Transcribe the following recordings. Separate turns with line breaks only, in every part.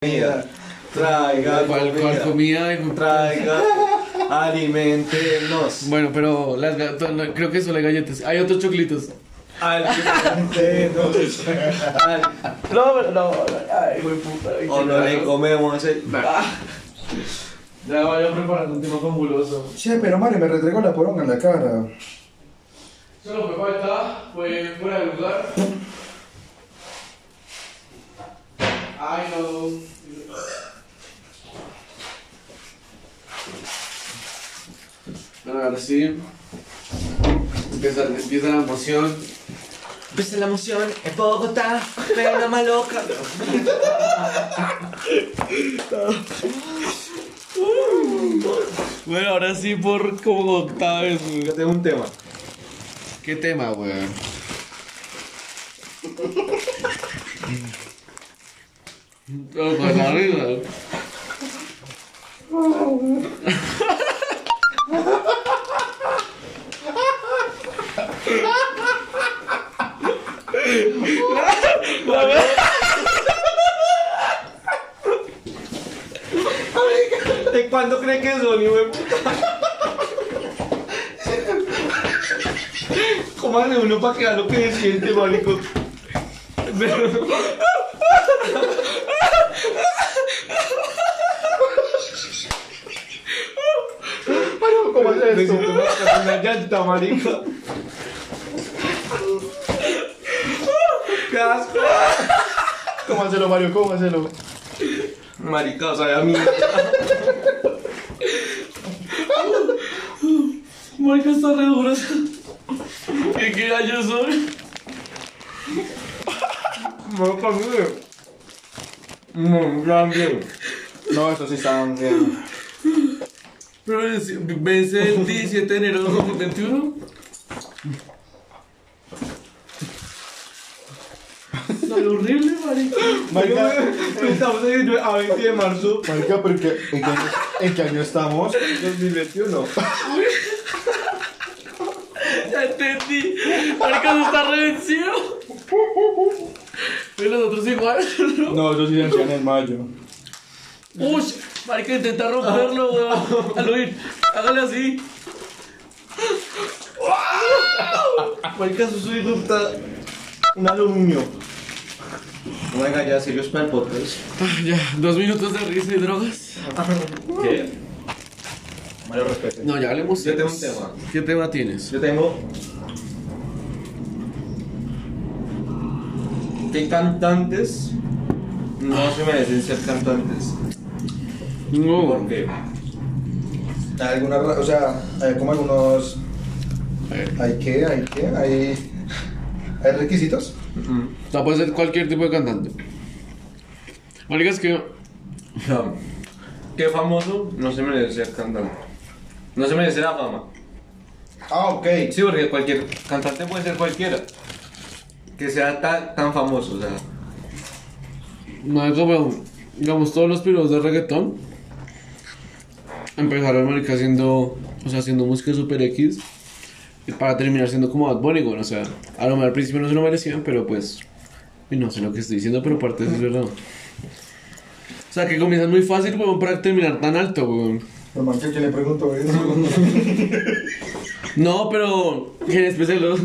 comida. Traiga
¿Cuál, cuál
comida.
comida?
Traiga. Alimentenos.
Bueno, pero las ga- to- no, creo que solo hay galletas. Hay otros choclitos.
Alimentenos. Al-
No, no, no. Ay, güey, puta. ay,
O
Oh,
qué
no le
raro.
comemos eh. el.
Ah. Ya vaya preparando un tema convuloso.
Che, pero Mario me retregó la poronga en la cara.
Solo me falta, fue fuera de lugar. Ay, no. Bueno, ahora sí. Empieza, empieza la emoción.
Pese Pues la emoción en Bogotá, pero no más loca.
Bueno, ahora sí por como octava vez, güey.
Yo tengo un tema.
¿Qué tema, weón? No, con la risa.
¿De cuándo cree que es Sony, güey? ¿Cómo hace uno para quedar lo que siente, marico?
¿Cómo es
Me
esto?
siento más que una llanta, marico. ¡Qué asco!
Cómaselo, Mario, cómaselo.
Marica, o sea, a mí.
Marica está re duro. ¿Qué, qué gallo soy?
Marica, mire. No, ya bien.
No, estos sí están bien.
Pero es- vence el 17 de enero de 2021. No, es horrible, marica.
Marica,
Estamos en el- a 20 de marzo
marica, pero ¿qué- ¿en qué, año, en qué año estamos?
del 2021.
Ya entendí. Marica se está revencido. Y nosotros igual.
No, ellos sí se hacían en mayo.
Uy, marica intenta romperlo, weón. Al oír, hágale así.
Marica, eso soy rupta. Un aluminio. No venga, ya serios para el podcast.
Ah, Ya, dos minutos de risa y drogas.
¿Qué? Mario respeto.
No, ya hablemos.
Yo tengo un tema.
¿Qué tema tienes?
Yo tengo. ¿Qué cantantes no se merecen ser cantantes? ¿Por
No.
qué?
Hay alguna ra- o sea, hay como algunos. ¿Hay qué? ¿Hay qué? ¿Hay, hay requisitos?
O sea, puede ser cualquier tipo de cantante. Marica, es que.
No. ¿Qué famoso no se merece ser cantante? No se merece la fama.
Ah, ok.
Sí, porque cualquier cantante puede ser cualquiera. Que sea tan, tan famoso, o sea.
Marica, pero. Digamos, todos los pilotos de reggaetón empezaron, Marica, haciendo. O sea, haciendo música super X. Y para terminar siendo como Bad Bunny, bueno, o sea, a lo mejor al principio no se lo merecían, pero pues. Y no sé lo que estoy diciendo, pero parte de eso es verdad. O sea, que comienzan muy fácil, weón, para terminar tan alto, weón.
Normal que yo le pregunto, ¿eh? güey.
No, pero en especial los,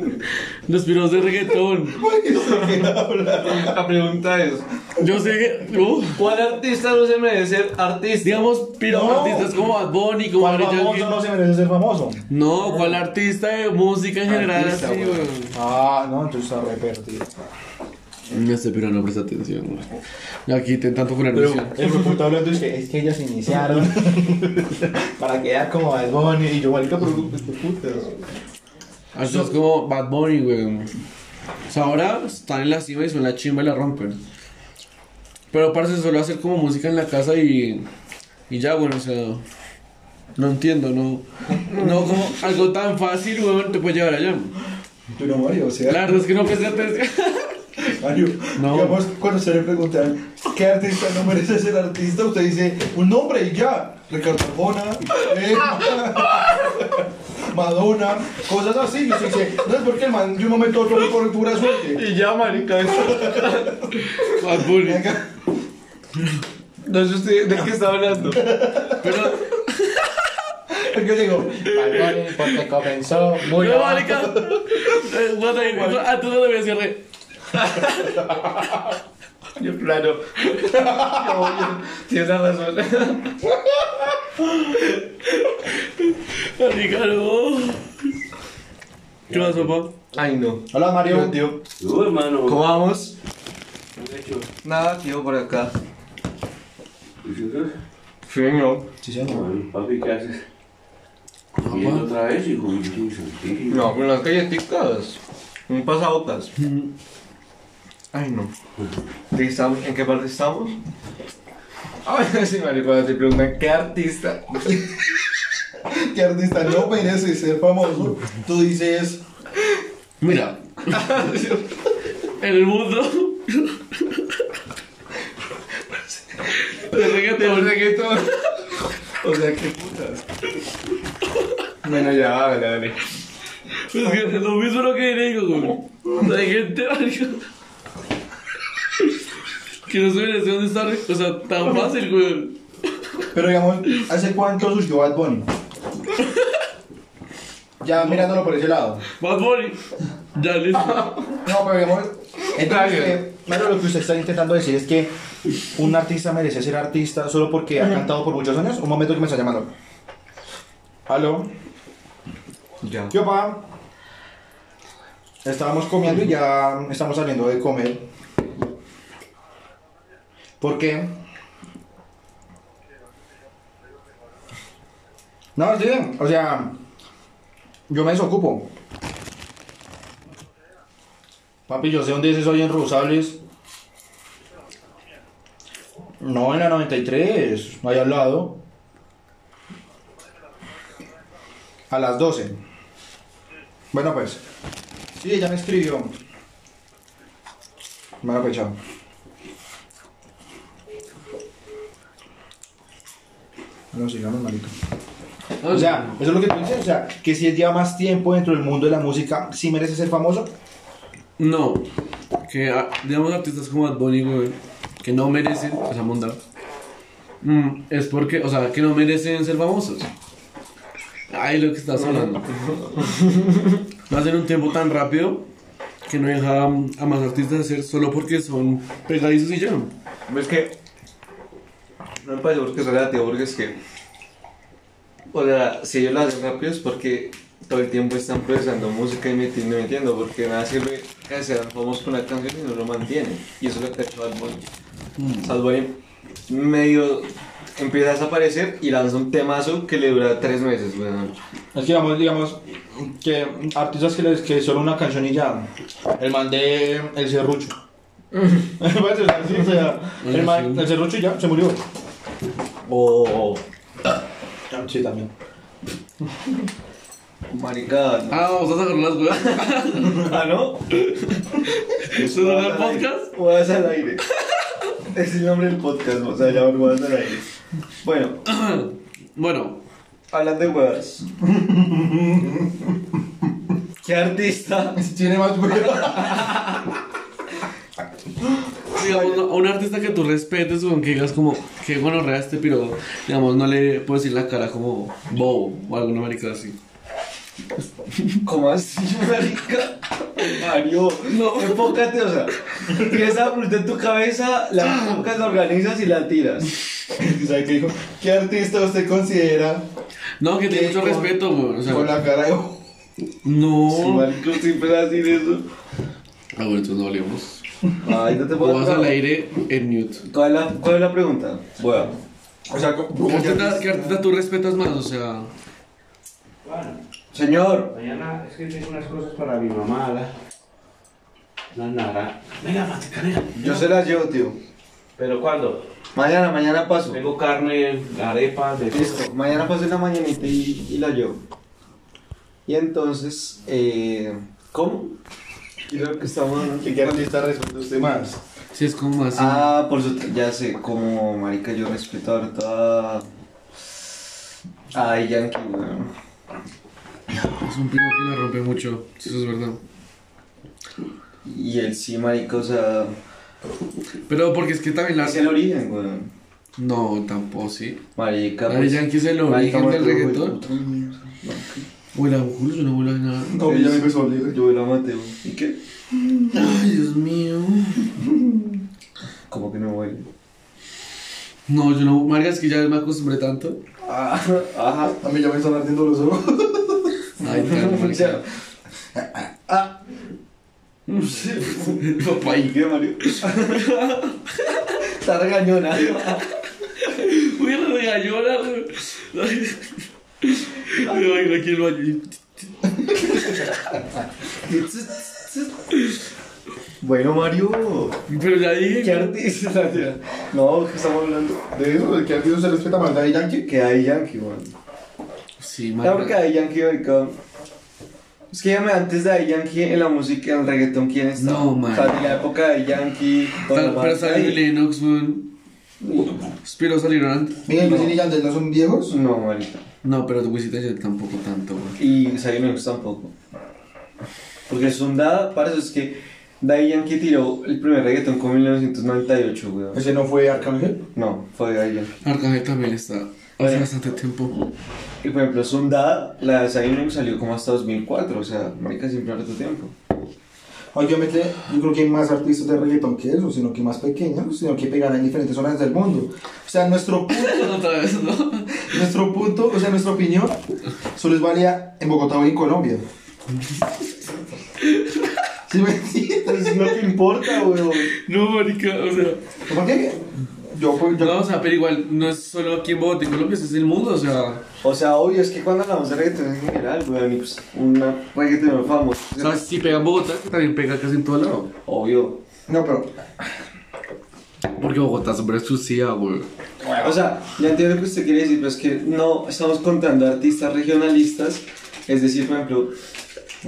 los piros de reggaetón.
La pregunta es:
Yo sé que, uh,
¿Cuál artista no se merece ser artista?
digamos, piros
No.
artistas como Bad Bunny, como
¿Cuál
Ari
famoso no
Yankee.
se merece ser famoso?
No, ¿cuál artista de música en general
Artista,
así,
weón.
weón?
Ah, no, entonces está re perdido.
Este piro no presta atención, weón. Aquí te tanto poner atención.
El puta hablando es que, es que ellos iniciaron para quedar como Bad Bunny y yo, marica, pero este puta.
Así es como Bad Bunny, weón. O sea, ahora están en la cima y son la chimba y la rompen. Pero parece solo hacer como música en la casa y. Y ya, bueno, o sea. No entiendo, no. No como algo tan fácil, weón, te puede llevar allá.
Tú no, Mario, o sea,
La verdad es que no presté atención.
Mario,
No.
digamos, cuando se le preguntan qué artista no merece ser artista, usted dice un nombre y ya. Ricardo Arjona, eh, Madonna, cosas así. Y usted dice, no es porque el man de un momento a otro fue por pura suerte.
Y ya, marica, eso.
Bad Bunny.
Venga.
No sé usted de qué está hablando.
Pero,
¿Por qué digo?
Balboni, porque comenzó muy
no,
abajo.
marica. Eh, no te- no- Ah, tú no lo ves, cierre.
Yo, claro. Tienes razón.
Marica, no. ¿Qué pasó, pa?
Ay, no.
Hola, Mario.
Yo, tío.
Tú, hermano.
¿Cómo vamos?
¿Qué has hecho?
Nada, tío, por acá.
¿Disfrutas?
Sí, no.
Sí, señor.
Bueno, papi, ¿qué haces? Comiendo otra vez, hijo mío, santísimo.
No, con las galletitas. Un pasabocas. Ay, no. ¿De qué estamos? ¿En qué parte estamos? Ay, sí, Mario, cuando te preguntan, ¿qué artista?
¿Qué artista no merece ser famoso? Tú dices.
Mira. en el mundo. De reggaetón.
reggaetón. O sea, qué putas. Bueno, ya, dale, dale.
Es que es lo mismo lo que digo, güey. O sea, hay gente, marica, Que no se merece dónde estar, o sea, tan fácil, güey.
Pero digamos, ¿hace cuánto surgió Bad Bunny? Ya mirándolo por ese lado.
Bad Bunny. Ya, listo.
No, pero digamos.
Claro.
Entonces, eh, Mario, lo que usted está intentando decir es que un artista merece ser artista solo porque ha cantado por muchos años. Un momento que me está llamando. Aló.
Ya.
¿Qué opa? Estábamos comiendo y ya estamos saliendo de comer. ¿Por qué? No, sí, o sea, yo me desocupo. Papi, yo sé dónde dices hoy en Rosales. No, en la 93, allá al lado. A las 12. Bueno, pues. Sí, ella me escribió. Bueno, pues chao. Bueno, sigamos, marica. O sea, eso es lo que tú dices, o sea, que si él lleva más tiempo dentro del mundo de la música, sí merece ser famoso.
No. Que, ah, digamos, artistas como Bad Bunny, güey, que no merecen, o sea, monda. mm, es porque, o sea, que no merecen ser famosos. Ay, lo que estás hablando. Va a ser un tiempo tan rápido que no deja mm, a más artistas hacer solo porque son pegadizos y ya.
Es que. No me parece porque es relativo, porque es que. O sea, si ellos lo hacen rápido es porque todo el tiempo están procesando música y metiendo y metiendo, porque nada sirve que sean famosos con la canción y no lo mantienen. Y eso es lo que ha hecho Bad Bunny. Bad Bunny medio empieza a desaparecer y lanza un temazo que le dura tres meses, weón.
Es que digamos, digamos, que artistas que, les, que solo una canción y ya. El man de El Cerrucho. Pues, o sea, sí, o sea, el, man, el Cerrucho y ya, se murió.
O.
Sí, también.
Marica. ¿no?
Ah, vamos a sacar las weas.
Ah, ¿no?
¿Eso no era
Guadas
el
al aire.
podcast?
Guadas al aire. Es el nombre del podcast, o sea, ya Guadas al aire. Bueno,
Bueno,
hablando de huevas. ¿Qué artista?
Tiene más pruebas.
digamos, a un artista que tú respetes o que digas como, qué bueno este, pero digamos, no le puedo decir la cara como bobo o alguna marica así.
¿Cómo así, marica? Mario,
No.
enfócate, o sea, tienes esa fruta en tu cabeza, la enfocas, la organizas y la tiras.
¿Sabe qué dijo? ¿Qué artista usted considera
No, que tiene
Sí,
mucho
con-
respeto, güey. O sea,
con la cara de... "Oh".
no.
Sí, marica, usted empieza a decir eso.
Ah, bueno, entonces no hablemos.
Ay, no te puedo
Vamos al aire en mute.
¿Cuál es la, cuál es la pregunta? Bueno,
O sea, co-
¿Qué
como que
artista, qué artista tú respetas más? O sea,
Bueno,
señor,
mañana es que tengo unas cosas para mi mamá, la... La nara. Venga, mate, canela.
yo se las llevo, tío.
¿Pero cuándo?
Mañana, mañana paso.
Tengo carne, arepas, de
Listo, mañana pasé la mañanita y, y la llevo. Y entonces, eh, ¿cómo? Y lo que estamos hablando.
¿Qué artista responde usted más?
si es como así.
Ah, por su. Ya sé, como marica, yo respeto ahorita a. a Yankee, weón.
Es un primo que me rompe mucho. si Eso es verdad.
Y él sí, marica, o sea.
Pero porque es que también la...
Es el origen, weón.
No, tampoco, sí.
Marica.
pues.
pues,
Daddy Yankee es el
marica,
origen del
marica,
reggaetón.
puta mierda.
Huele a culo, yo no huele a nada.
No, ya me empezó a oler, yo la mate, weón. ¿Y qué?
Ay, Dios mío.
Como que no huele.
No, yo no... Marica, es que ya me acostumbré tanto.
Ah, ajá, a mí ya me están ardiendo los ojos.
Ay, claro, marica.
Ah.
Papá, ¿y qué, Mario? Está regañona.
Uy, la regañona, güey. Me imagino aquí el baño. y-
Bueno, Mario.
Pero ya dije...
¿Qué artista? No, ¿qué estamos hablando?
De eso, de que Arturo se respeta más Daddy Yankee.
Que hay Yankee, weón.
Sí,
Claro, porque
marica.
Daddy Yankee, marica. Es que llame antes de Daddy Yankee en la música, en el reggaetón, ¿quién está?
No, man.
O sea, de la época de Yankee, toda la
Tal- Pero
marca
salió
ahí.
Lennox, weón. Spiro salieron antes.
pues,
Miguel Luis y Yandel no son viejos.
No, marica.
No, pero Wisin y Yandel tampoco tanto, güey.
Y Zion Lennox tampoco. Porque Sundada, para eso es que Daddy Yankee tiró el primer reggaetón con 1998, weón.
Ese no fue Arcángel.
No, fue Daddy Yankee.
Arcángel también está hace
Bueno.
bastante tiempo.
Y por ejemplo, Sundada, la de Zion Lennox salió como hasta 2004, o sea, marica siempre harto tiempo.
Obviamente, yo creo que hay más artistas de reggaetón que eso, sino que más pequeños, sino que pegan en diferentes zonas del mundo. O sea, nuestro punto,
Otra vez, ¿no?
nuestro punto, o sea, nuestra opinión, solo es válida en Bogotá o en Colombia. ¿Sí me entiendes?
Pues no te importa, weón.
No, marica, o sea.
¿Por qué? Yo, pues, yo
No, o sea, pero igual, no es solo aquí en Bogotá, en Colombia, es el mundo, o sea.
O sea, obvio, es que cuando hablamos de reggaetón en general, weón, y pues una reggaetonero famoso.
O sea, si pega en Bogotá, también pega casi en todo lado.
Obvio.
No, pero
Porque Bogotá siempre es sucia, güey.
O sea, ya entiendo lo que usted quiere decir, pero es que no estamos contando artistas regionalistas, es decir, por ejemplo,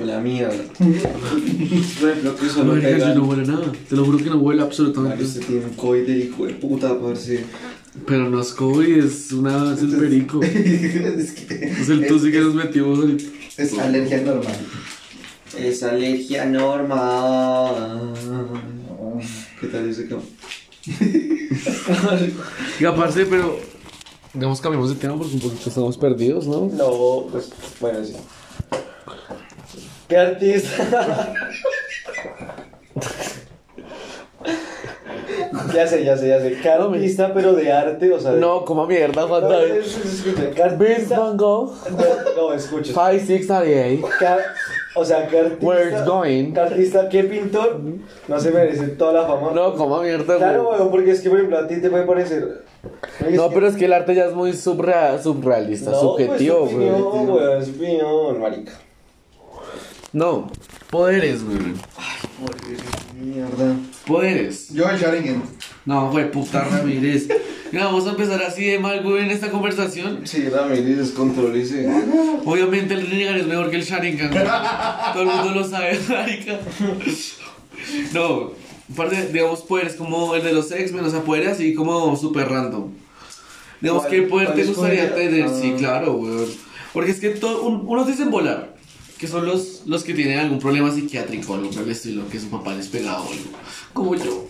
la mierda. por ejemplo, que solo
Marica, yo
pegan.
no huele nada. Te lo juro que no huele
Marica,
absolutamente.
Usted tiene un COVID de hijo de puta, parce.
Pero no es COVID, es una. Es el perico.
es que
Es el tusi que nos metimos ahorita.
es alergia normal.
es alergia normal. ¿Qué tal ese cabrón?
Y aparte, pero. Digamos, cambiamos de tema porque un poquito estamos perdidos, ¿no?
No, pues, bueno, sí. ¿Qué artista? ya sé, ya sé, ya sé. ¿Qué artista, pero de arte? O sea, de-
No, como mierda,
no,
Juan
no,
David.
escucha, ¿qué artista?
Van Gogh,
No, no, escucha.
5698.
¿Qué ar- O sea, ¿qué artista?
Where it's going.
¿Qué artista, qué pintor? No se merece toda la fama.
No, como mierda,
Claro,
güey.
weón, porque es que, por ejemplo, a ti te puede parecer...
No, pero es que el arte ya es muy subra- subrealista, subjetivo,
güey.
güey.
No, pues, opinión, weón, es opinión, marica.
No, poderes, güey.
Mierda.
Poderes.
Yo, el Sharingan.
No, fue puta Ramírez. Mira, vamos a empezar así de mal, güey, en esta conversación.
Sí, Ramírez, descontrolice.
Obviamente el Rinnegan es mejor que el Sharingan. güey. Todo el mundo lo sabe, marica. No, aparte, digamos, poderes como el de los X-Men, o sea, poderes así como super random. Digamos,
¿Cuál-
¿qué poder
cuál
te gustaría
escogería?
tener?
Ah.
Sí, claro, weón. Porque es que to- un- unos dicen volar, que son los, los que tienen algún problema psiquiátrico o algo por el estilo, que su papá les pegaba o algo. Como yo.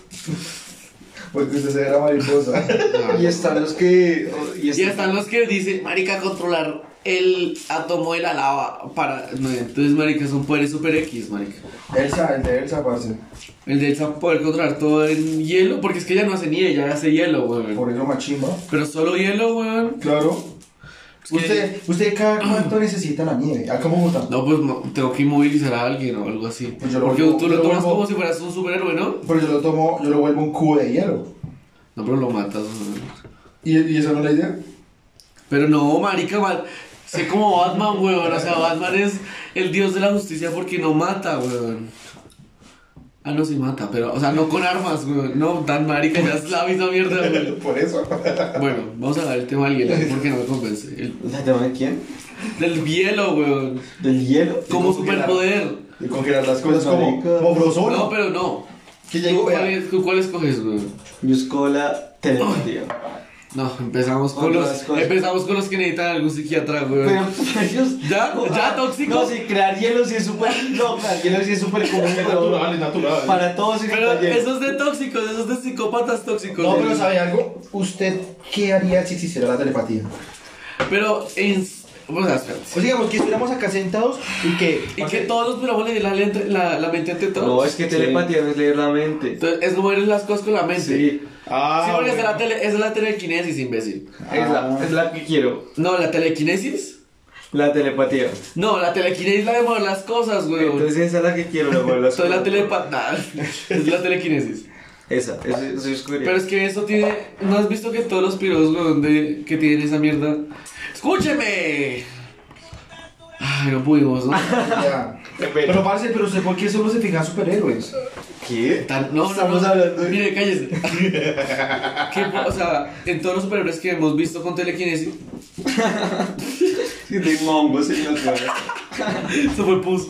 Porque usted se ve la mariposa.
Y están los que. Y este
Y están los que dicen, marica, controlar el átomo de la lava para... no, entonces, marica, son poderes super X, marica.
Elsa, el de Elsa, parce.
El de Elsa poder controlar todo en hielo, porque es que ella no hace nieve, ella hace hielo, weón.
Por eso machimba.
Pero solo hielo, weón.
Claro.
Es que-
Usted, usted cada cuánto necesita la nieve.
Ah,
Acá en Bogotá.
No, pues no, tengo que inmovilizar a alguien o algo así.
Pues yo lo
porque
vuelvo-
tú lo
yo lo
tomas
vuelvo-
como si fueras un superhéroe, ¿no?
Pero yo lo tomo, yo lo vuelvo un cubo de hielo.
No, pero lo matas, weón.
¿Y, y esa no es la idea?
Pero no, marica, mal. Sé como Batman, weón. O sea, Batman es el dios de la justicia porque no mata, weón. Ah, no, sí mata, pero, o sea, no con armas, weón. No, tan marica, ya es la misma mierda, weón.
Por eso.
Bueno, vamos a dar el tema del hielo, porque no me convence. El-
¿La tema de quién?
del hielo, weón.
¿Del hielo?
Como superpoder.
Y congelar las cosas
Pues,
como,
marica.
como
Oh,
Frozone.
No, pues, pero no.
que ya
¿Tú
digo,
cuál,
vea,
es- tú cuál escoges, güey?
Yo escojo la telepatía.
No, empezamos con,
Con
los,
las cosas.
empezamos con los que necesitan algún psiquiatra, güey.
Pero pues, ellos-
Ya, ya,
No,
tóxicos.
si crear hielo sí es súper. No, crear hielo sí es súper común,
Es
pero
natural, es natural.
para todos sí
pero
crear hielo.
esos de tóxicos, esos de psicópatas tóxicos.
No, pero ¿sabe algo? ¿Usted qué haría si existiera la telepatía?
Pero en. O sea, espérate.
Pues digamos que estuviéramos acá sentados y que.
Y que todos nos podamos leer la, letra- la, la mente entre todos.
No, es que telepatía no es leer la mente.
Entonces, es mover las cosas con la mente.
Sí,
Ah,
Sí, porque
bueno.
esa es la, tele, esa es la telequinesis, imbécil.
es la, es la que quiero.
No, la telequinesis.
La telepatía.
No, la telequinesis es la de mover las cosas, güey. Entonces,
Entonces esa es la que quiero, la verdad.
la telepatía. es la telequinesis.
Esa, eso eso es curioso.
Pero es que eso tiene. ¿No has visto que todos los piros, güey, donde- que tienen esa mierda? ¡Escúcheme! Ay, no pudimos, ¿no?
pues, Ya. Pero parce, pero usted por qué solo se fijan superhéroes.
¿Qué?
Tan- no,
Estamos
no, no.
hablando de-
Mire, cállese. Que, o sea, en todos los superhéroes que hemos visto con telequinesis,
Sí, tengo hongos en la cara.
se fue pus.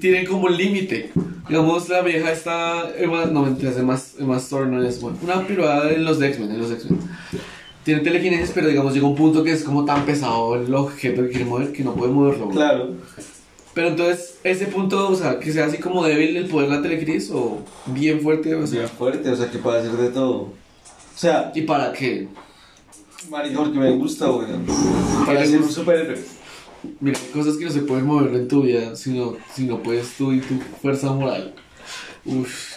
Tienen como un límite. Digamos, la vieja está. Emma- No, mentiras, Emma, Emma Storm no es bueno. Una privada en los X-Men, en los X-Men. Tiene telequinesis, pero digamos, llega un punto que es como tan pesado el objeto que quiere mover que no puede moverlo. güey.
Claro.
Pero entonces, ese punto, o sea, que sea así como débil el poder de la telequinesis o bien fuerte, o sea.
Fuerte, o sea, que puede hacer de todo. O sea,
¿Y para qué?
Marijor, que me gusta, güey. Para
le
ser un
gusta?
superhéroe.
Mira, hay cosas que no se pueden mover en tu vida si no, si no puedes tú y tu fuerza moral. Uf,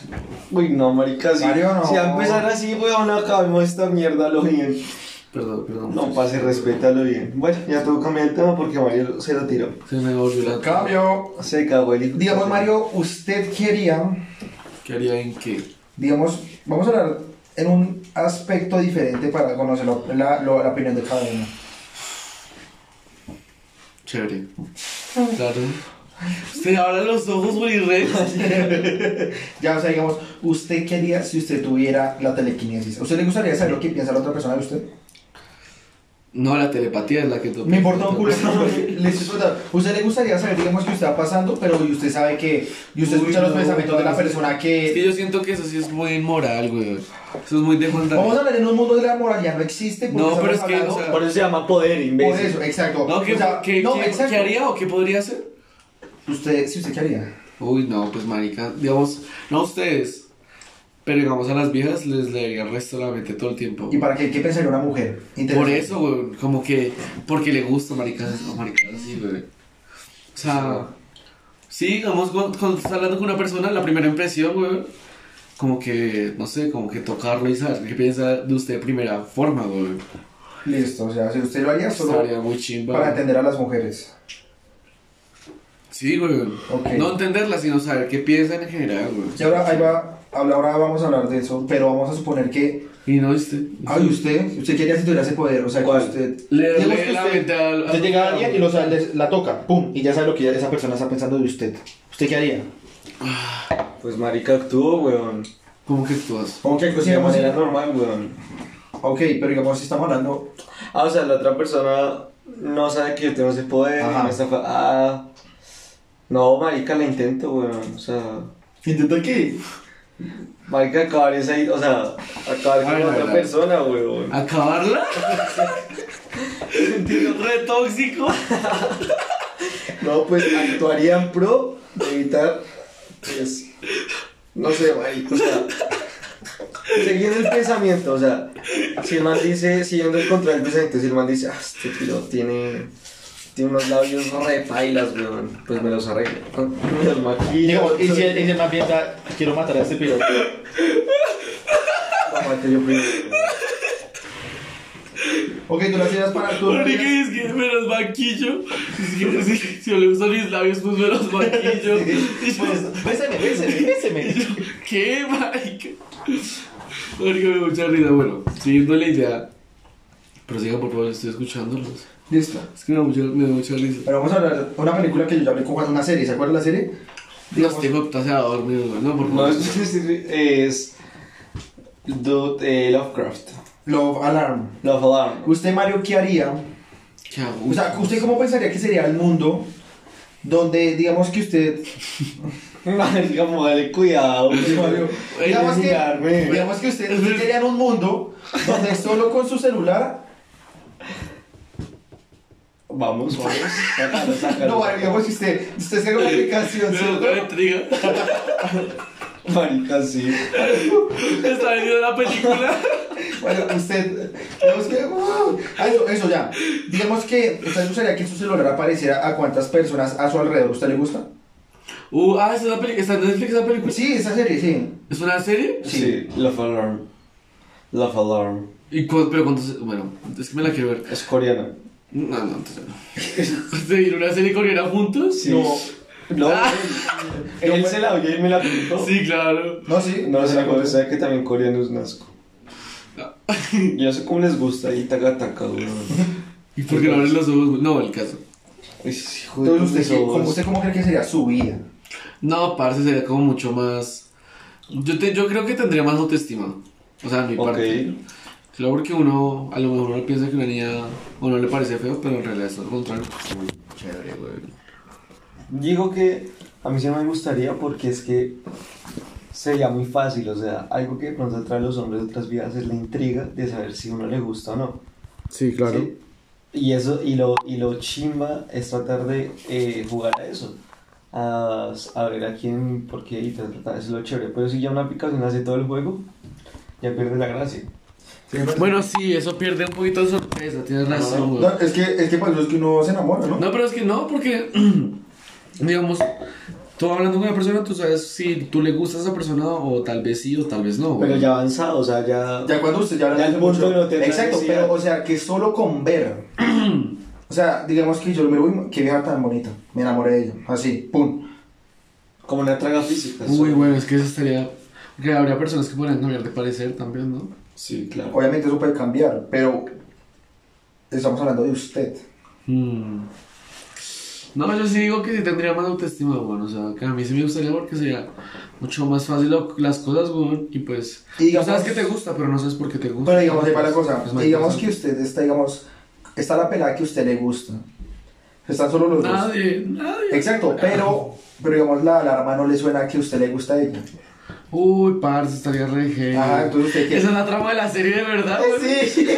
Uy, no, marica, si,
Mario, no.
si va a empezar así, weón, acabemos esta mierda, lo bien.
perdón, perdón.
No, pase, respétalo bien. Bueno, ya tengo que cambiar el tema porque Mario se lo tiró.
Se me volvió la
Cambio.
Se cagó el hijo.
Digamos, Mario, usted quería.
¿Qué haría en qué?
Digamos, vamos a hablar en un aspecto diferente para conocer la, la- lo- la opinión de cada uno.
Chévere. Claro. Usted abra los ojos, güey, re.
Ya, o sea, digamos, ¿usted qué haría si usted tuviera la telequinesis? ¿A usted le gustaría saber lo que piensa la otra persona de usted?
No, la telepatía es la que tú.
Me importa un culo, no, le estoy preguntando. ¿Usted le gustaría saber, digamos, qué está pasando, pero y usted sabe que. Y usted
Uy,
escucha los
no,
pensamientos de la
parce.
persona
Es que
que.
yo siento que eso sí es muy inmoral, güey. Eso es muy de Juan David.
Vamos a hablar en un mundo de la moralidad, no existe. porque
No, pero
estamos
es que, o
hablando-
sea,
Por eso se llama poder, imbécil.
Por eso, exacto.
No, ¿qué,
O sea,
qué-
no,
qué-
exacto.
qué haría o qué podría hacer?
¿Usted, si usted qué haría?
Uy, no, pues marica, digamos, no a ustedes, pero digamos a las viejas les leería el resto de la mente todo el tiempo.
¿Y para qué? ¿Qué pensaría una mujer?
Por
Interesante.
eso, güey, como que, porque le gusta, marica, es- no, marica, así, güey. O sea, sí, digamos, cuando, cuando estás hablando con una persona, la primera impresión, güey, como que, no sé, como que tocarlo y saber qué piensa de usted de primera forma, güey.
Listo, o sea, si usted lo haría solo
Estaría muy chimba.
para
güey.
atender a las mujeres.
Sí, güey.
Ok.
No entenderla, sino saber qué piensan en general, güey.
Y ahora, ahí va, habla- ahora vamos a hablar de eso, pero vamos a suponer que.
Y no, este.
Ay, usted, usted qué haría si tuviera ese poder, o sea, que
¿Cuál?
usted.
Le
Digamos
lee
que
la
usted-
mente al-
Usted
al-
llega a alguien y lo, sa- les- la toca, pum, y ya sabe lo que esa persona está pensando de usted. ¿Usted qué haría?
Pues marica actuó, weón.
¿Cómo que actúas?
Ok, pues
De
digamos.
manera normal, weón.
Ok, pero digamos, si estamos hablando.
Ah, o sea, la otra persona no sabe que yo tengo ese poder.
Ajá.
No, está fa- ah, no, marica, la intento, weón. O sea,
¿Intenta qué?
marica, acabar esa... O sea, acabar con la
Ay, la
otra
verdad.
persona, weón.
¿Acabarla? Re tóxico.
No, pues actuaría en pro de evitar, pues, no sé, marico, o sea, siguiendo el pensamiento, o sea, si el man dice, siguiendo el control del pensamiento, si el man dice, ah, este pilo tiene, tiene unos labios re pailas, weón, pues me los arreglo, me los
Y,
maquillo,
digamos, y si él, y si él más bien da, quiero matar a este piloto.
Papá, que yo primero.
Ok, tú lo hacías para. Tú,
Pero ni que es que me los maquillo. Es que si, si le gustan mis labios, pues me los maquillo. Y
pues,
yo,
Pues. Béseme, béseme, béseme.
y yo, ¿Qué, marica? Marica, me da mucha risa. Bueno, siguiendo la idea. Pero siga, por favor, estoy escuchándolos.
Listo.
Es que me da mucha, me da mucha risa.
Pero vamos a hablar de una película que yo ya hablé con Juan, una serie, ¿se acuerda de la serie?
No, este hijo de puta se va a dormir, güey. No, por
No,
favor.
es, es, es Dude, eh, Lovecraft,
Love Alarm.
Love Alarm.
¿Usted, Mario, qué haría?
¿Qué hago?
O sea, ¿usted cómo pensaría que sería el mundo donde, digamos que usted...
Marica, dale cuidado.
Mario,
Ey,
Digamos
de
que,
jugarme.
digamos que ustedes usted querían un mundo donde solo con su celular.
Vamos, vamos. Sácalo, sácalo.
No, Mario, digamos que usted, usted saca una aplicación,
Pero
¿cierto?
no intriga.
Marica, sí.
Está viendo la película.
Bueno, usted, digamos que, uh, ah, eso, eso ya. Digamos que, ¿usted le gustaría que en su celular apareciera a cuántas personas a su alrededor? ¿Usted le gusta?
Uh, ah, esa es la película. ¿Está en Netflix esa película?
Sí, esa serie, sí.
¿Es una serie?
Sí, Love Alarm. Love Alarm.
¿Y cu- pero cuántos? Bueno, es que me la quiero ver.
Es coreana.
No, no, entonces no. ¿Se vieron una serie coreana juntos?
Sí. No. No,
Ah.
él, él se la oyó y me la contó.
Sí, claro.
No, sí.
No, se la contó. Sabe que también coreano es un asco.
No.
Yo no sé cómo les gusta y taca taca, weón.
¿Y por qué no abres los ojos? No, el caso.
Hijo de
Entonces,
mis
¿usted, qué-
ojos.
¿cómo, ¿usted cómo cree que sería su vida?
No, parce, sería como mucho más. Yo, te, yo creo que tendría más autoestima. O sea, en mi
Ok.
parte. Claro, porque uno, a lo mejor uno piensa que una niña o no le parece feo, pero en realidad es todo lo contrario. Muy chévere, güey.
Digo que a mí sí me gustaría porque es que sería muy fácil, o sea, algo que de pronto atrae a los hombres de otras vidas es la intriga de saber si uno le gusta o no.
Sí,
¿sí? Y eso, y lo, y lo chimba es tratar de eh, jugar a eso. A, a ver a quién, por qué y tal, tal, tal, eso es lo chévere. Pero si ya una aplicación hace todo el juego, ya pierde la gracia.
Bueno, sí, eso pierde un poquito de sorpresa, tienes razón, güey.
No, es que, es que para eso es que uno se enamora, ¿no?
No, pero es que no, porque, digamos, tú hablando con una persona, tú sabes si tú le gustas a esa persona o tal vez sí o tal vez no, güey.
Pero ya avanzado, o sea, ya.
Ya cuando usted ya,
Ya el mundo no te da
Exacto,
necesidad.
pero o sea, que solo con ver. o sea, digamos que yo me voy, qué vieja tan bonita. Me enamoré de ella, así, pum.
Como una traga física.
Uy,
solo.
bueno, es que eso estaría... Que habría personas que podrían cambiar de parecer también, ¿no?
Sí, claro.
Obviamente eso puede cambiar, pero estamos hablando de usted. Hmm.
Mm. No, yo sí digo que sí tendría más autoestima, bueno, o sea, que a mí sí me gustaría porque sería mucho más fácil lo- las cosas, güey, y pues...
Y digamos-
no sabes que te gusta, pero no sabes por qué te gusta.
Pero digamos, ahí va la cosa.
Es más
digamos que
interesante.
usted está, digamos, está la pelada que a usted le gusta. Están solo los
Ah,
dos.
Nadie, nadie.
Exacto, pero, pero digamos, la alarma no le suena que a usted le gusta a ella.
Uy, parce, estaría re gay.
Ah, entonces usted quiere.
Esa es la trama de la serie de verdad,
Eh,
güey.
Sí.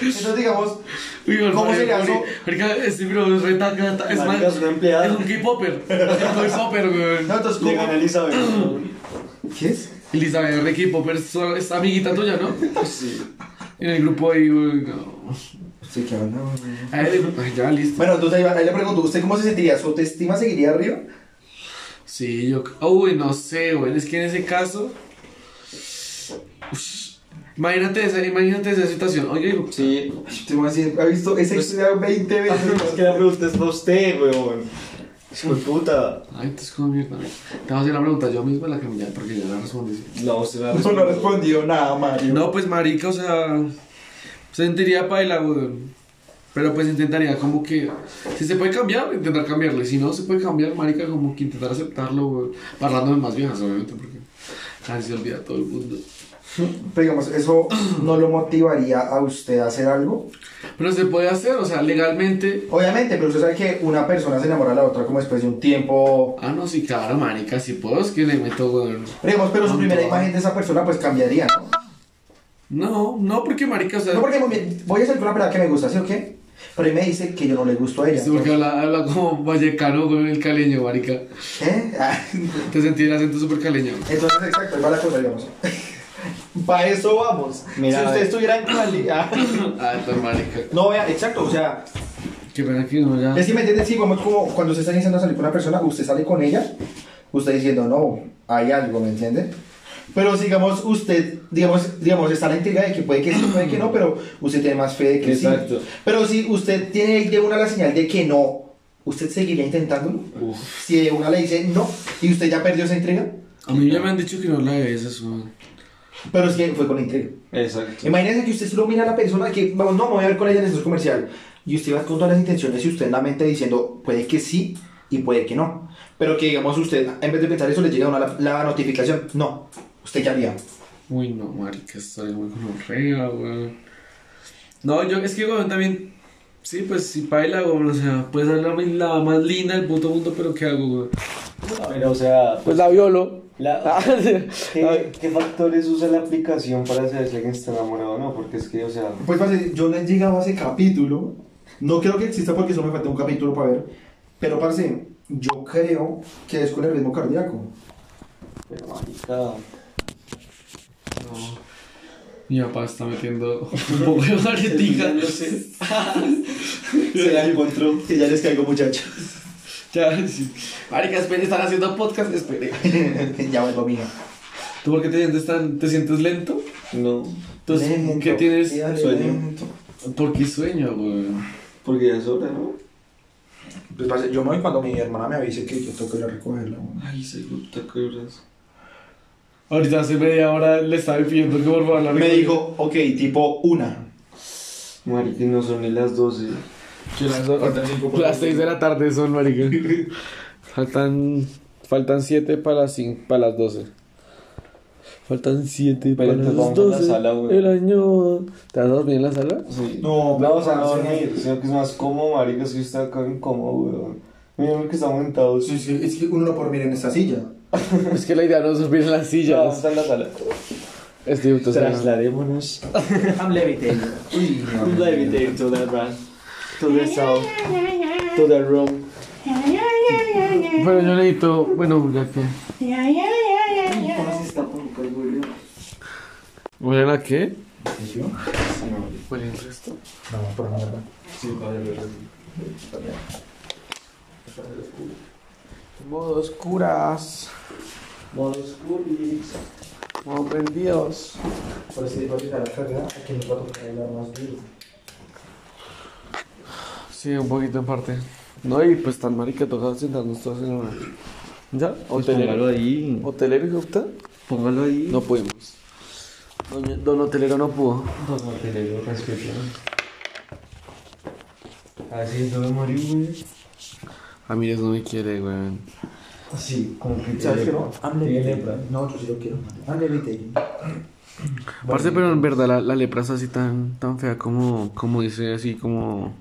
Entonces, digamos,
Uy, el
¿Cómo
Mario
sería
Boni-
eso?
Marica, ese bro es re taca, ta- es
Marica,
más-
es una empleada.
Es un K-popper. Es un K-popper, güey.
no, entonces, ¿cómo?
Llega a Elizabeth.
¿Qué es?
Elizabeth re K-popper, es su- es amiguita tuya, ¿no?
sí.
En el grupo ahí, güey. no.
Sí, que habla, güey.
A él- ay, ya, listo.
Bueno, entonces ahí, va- ahí le pregunto, ¿usted cómo se sentiría? ¿Su autoestima seguiría arriba?
Sí, yo. Uy, no sé, güey. Es que en ese caso. Ush. Imagínate esa, imagínate esa situación. Oye, hijo,
Sí.
Te voy a decir, ¿ha visto esa
Pues,
historia 20
Es que la pregunta es para usted, weón. Hijo de puta.
Ay, te es como mierda. güey. Te voy a hacer la pregunta yo misma, la que ya, porque ya la respondí.
No, usted la
No, no ha respondido nada, Mario.
No, pues marica, o sea, sentiría paila, weón. Pero pues intentaría como que, si se puede cambiar, intentar cambiarlo. Y si no se puede cambiar, marica, como que intentar aceptarlo, weón. Parlándome más viejas, obviamente, porque así se olvida todo el mundo.
Pero digamos, ¿eso no lo motivaría a usted a hacer algo?
Pero se puede hacer, o sea, legalmente.
Obviamente, pero usted sabe que una persona se enamora de la otra como después de un tiempo.
Ah, no, sí, claro, marica, si puedo, es que le meto, weón.
Pero digamos, pero su
No,
primera
no.
imagen de esa persona pues cambiaría, ¿no?
No, no, porque marica, o sea...
No porque me- voy a ser con una pelada que me gusta, ¿sí o qué? Pero ahí me dice que yo no le gusto a ella.
Sí, porque
entonces-
habla, habla como vallecano, weón, el caleño, marica.
¿Eh? Ah,
Te sentí el acento súper caleño.
Entonces, exacto, ahí va la cosa, digamos.
Para eso vamos.
Mira,
si
a ver.
ustedes estuvieran calidad.
Ah, tan marica.
No, vea, exacto, o sea,
Qué pena que no
Ah.
ya...
Es que me entiendes, sí, como, como cuando usted está iniciando a salir con una persona, usted sale con ella, usted diciendo, no, hay algo, ¿me entiende? Pero digamos, usted, digamos, digamos, está la intriga de que puede que sí, puede que no, pero usted tiene más fe de que
Exacto.
sí. Pero si usted tiene ahí de una la señal de que no, ¿usted seguiría intentándolo? Si de una le dice no y usted ya perdió esa intriga,
A mí ya me han dicho que no la de esas, weón.
pero es que fue con la intriga.
Exacto.
Imagínese que usted solo mira a la persona que, vamos, no, me voy a ver con ella en el centro comercial. Y usted va con todas las intenciones y usted en la mente diciendo, puede que sí y puede que no. Pero que digamos usted, en vez de pensar eso, le llega una, la, la notificación. No, usted qué haría.
Uy, no, marica, estoy muy gonorrea, weón. No, yo, es que, weón, también... Sí, pues, si baila, weón, o sea, puede ser la, la más linda del puto mundo, pero ¿qué hago, weón?
Pero, Ah, o sea,
Pues la violo.
Ah,
la- ¿qué, qué factores usa la aplicación para saber si alguien está enamorado o no? Porque es que, o sea,
Pues parce, yo no he llegado a ese capítulo. No creo que exista porque solo me falta un capítulo para ver. Pero parce, yo creo que es con el ritmo cardíaco.
pero marica,
Mi papá está metiendo un poco de jaretica.
Se la encontró, que ya les caigo muchachos.
Ya, sí. Marica, espere, están haciendo podcast, espere.
ya vuelvo, mija.
¿Tú por qué te sientes tan, te sientes lento?
No,
Entonces,
Lento,
¿qué tienes?
dale,
Sueño.
lento.
¿Por qué sueño, güey?
porque ya es hora, ¿no?
Pues parce, yo me voy cuando mi hermana me avise que yo tengo que ir a recogerla.
Ay, seguro, te acuerdas.
Ahorita hace media hora le estaba pidiendo que por favor la
Me
recogiera.
dijo, ok, tipo una.
Marica, no son ni las 12.
Yo Las 6 de la tarde son, marica. Faltan. Faltan 7 para las, cin- para las 12. Faltan 7 para
Pero
las
entonces vamos a
12.
la sala, güey.
el año. ¿Te vas a dormir en la sala?
sí.
No,
No, o sea, no
parce,
dormir, sino que es más cómodo, marica, es que está acá incómodo, weón. Mira lo que estamos sentados.
Es que, es que uno no puede mirar en esta silla.
Es que la idea no es dormir en las
Ya, vamos
sillas.
a la sala.
Estoy entonces, no.
Trasladémonos.
I'm levitating.
Uy,
I'm levitating to the run. To the sound. To the room.
Pero yo necesito. Bueno, ya que. ¿Huelen a qué? ¿Huelen el resto?
Modo oscuras. Modo prendidos.
Por eso digo que la carga, aquí nos va a tocar hablar más duro.
Sí, un poquito en parte. No, y pues tan marica toca sentarnos todos en una. ¿Ya? Hotelero.
ahí.
¿Hotelero y usted?
Póngalo ahí.
No pudimos. Don, don Hotelero no pudo.
Así todo Mario, güey.
Ramírez Ah, no me quiere, güey.
Sí, como que
¿Sabes qué no? I'm levitating. No, yo sí lo quiero. I'm levitating.
Parce, pero en verdad la, la lepra es así tan, tan fea como, como dice, así como...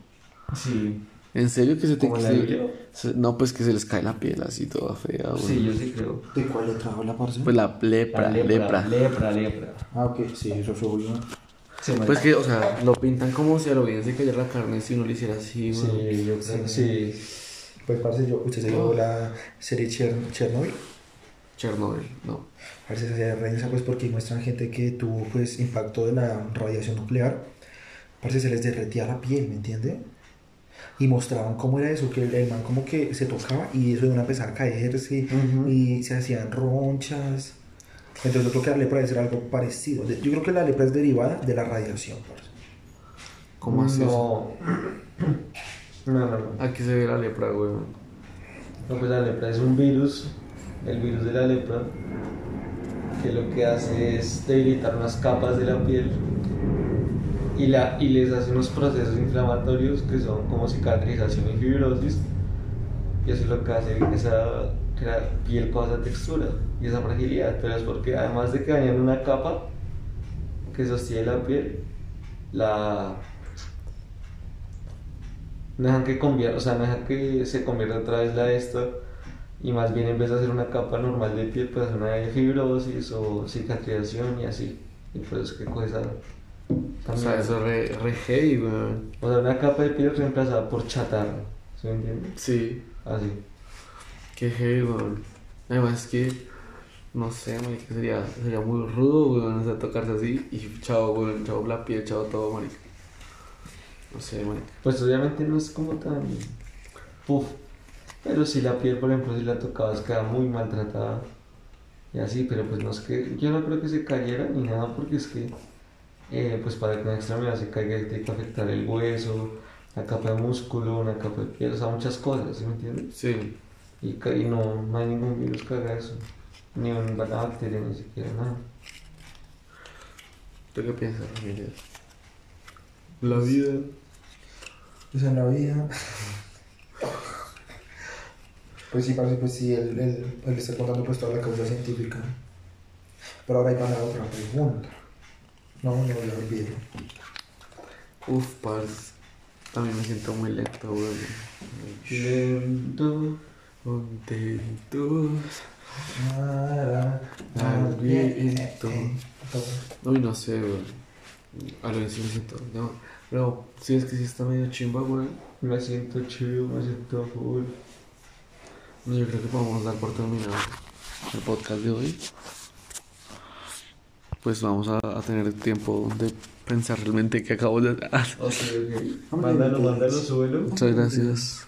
Sí.
¿En serio que se te...
¿Como la
se-
Biblia?
se- no, pues que se les cae la piel así toda fea, güey.
Sí, yo sí creo.
¿De cuál otra habla, parce?
Pues la lepra, lepra.
Lepra, lepra.
Ah, ok. Sí, eso fue bueno.
Sí, marica.
Pues que, o sea, lo pintan como si a lo bien se cayera la carne si uno le hiciera así, güey.
Sí, yo creo que sí.
Pues parce, yo, usted se vio la serie Chern- Chernobyl.
Chernobyl, no.
A ver si se regresa pues porque muestran gente que tuvo pues impacto de la radiación nuclear. Parece se les derretía la piel, ¿me entiende? Y mostraban cómo era eso, que el, el man como que se tocaba y eso de una empezaba a caerse y se hacían ronchas. Entonces yo creo que la lepra debe ser algo parecido. De- Yo creo que la lepra es derivada de la radiación. parce.
¿Cómo así? eso?
No. No, no, no.
Aquí se ve la lepra, güey.
No, pues la lepra es un virus, el virus de la lepra, que lo que hace es debilitar unas capas de la piel y, la, y les hace unos procesos inflamatorios que son como cicatrización y fibrosis. Y eso es lo que hace esa, que la piel con esa textura y esa fragilidad. Pero es porque además de que dañan una capa que sostiene la piel, la no dejan que convierta, o sea, no dejan que se convierta otra vez la esta y más bien en vez de hacer una capa normal de piel, pues hacer una de fibrosis o cicatrización y así. Y por eso es que coge esa... esa
O sea,
mierda.
eso es re, re heavy, güey.
O sea, una capa de piel reemplazada por chatarra, ¿sí me entiendes?
Sí.
Así.
Qué heavy, weón. Además que, no sé, marica, sería, sería muy rudo, weón, o sea, tocarse así y chao, weón, chao la piel, chao todo, marica. No sé, marica.
Pues obviamente no es como tan... Puf. Pero si la piel, por ejemplo, si la tocabas, queda muy maltratada. Y así, pero pues no es que... Yo no creo que se cayera ni nada porque es que... eh, pues para que una extremidad se caiga tiene que afectar el hueso, la capa de músculo, una capa de piel, o sea, muchas cosas, ¿sí me entiendes?
Sí.
Y, ca- y no, no hay ningún virus que haga eso. Ni una bacteria, ni siquiera nada.
¿Tú qué piensas, Ramírez? La vida.
Esa es la vida. Pues sí, parece pues sí, él, él, él está contando pues toda la causa científica. Pero ahora hay para la otra pregunta. No, no lo olvido.
Uf, parce. También me siento muy lento, weón.
Lento,
contentos.
Ah,
Nada, al viento. Uy, no sé, weón. A lo sí me siento. No, no, sí, es que sí está medio chimba, weón.
Me siento chido, me siento full.
No, yo creo que podemos dar por terminado el podcast de hoy. Pues vamos a, a tener tiempo de pensar realmente qué acabo de.
Ok, ok.
Mándalo, mándalo, súbelo.
Muchas gracias.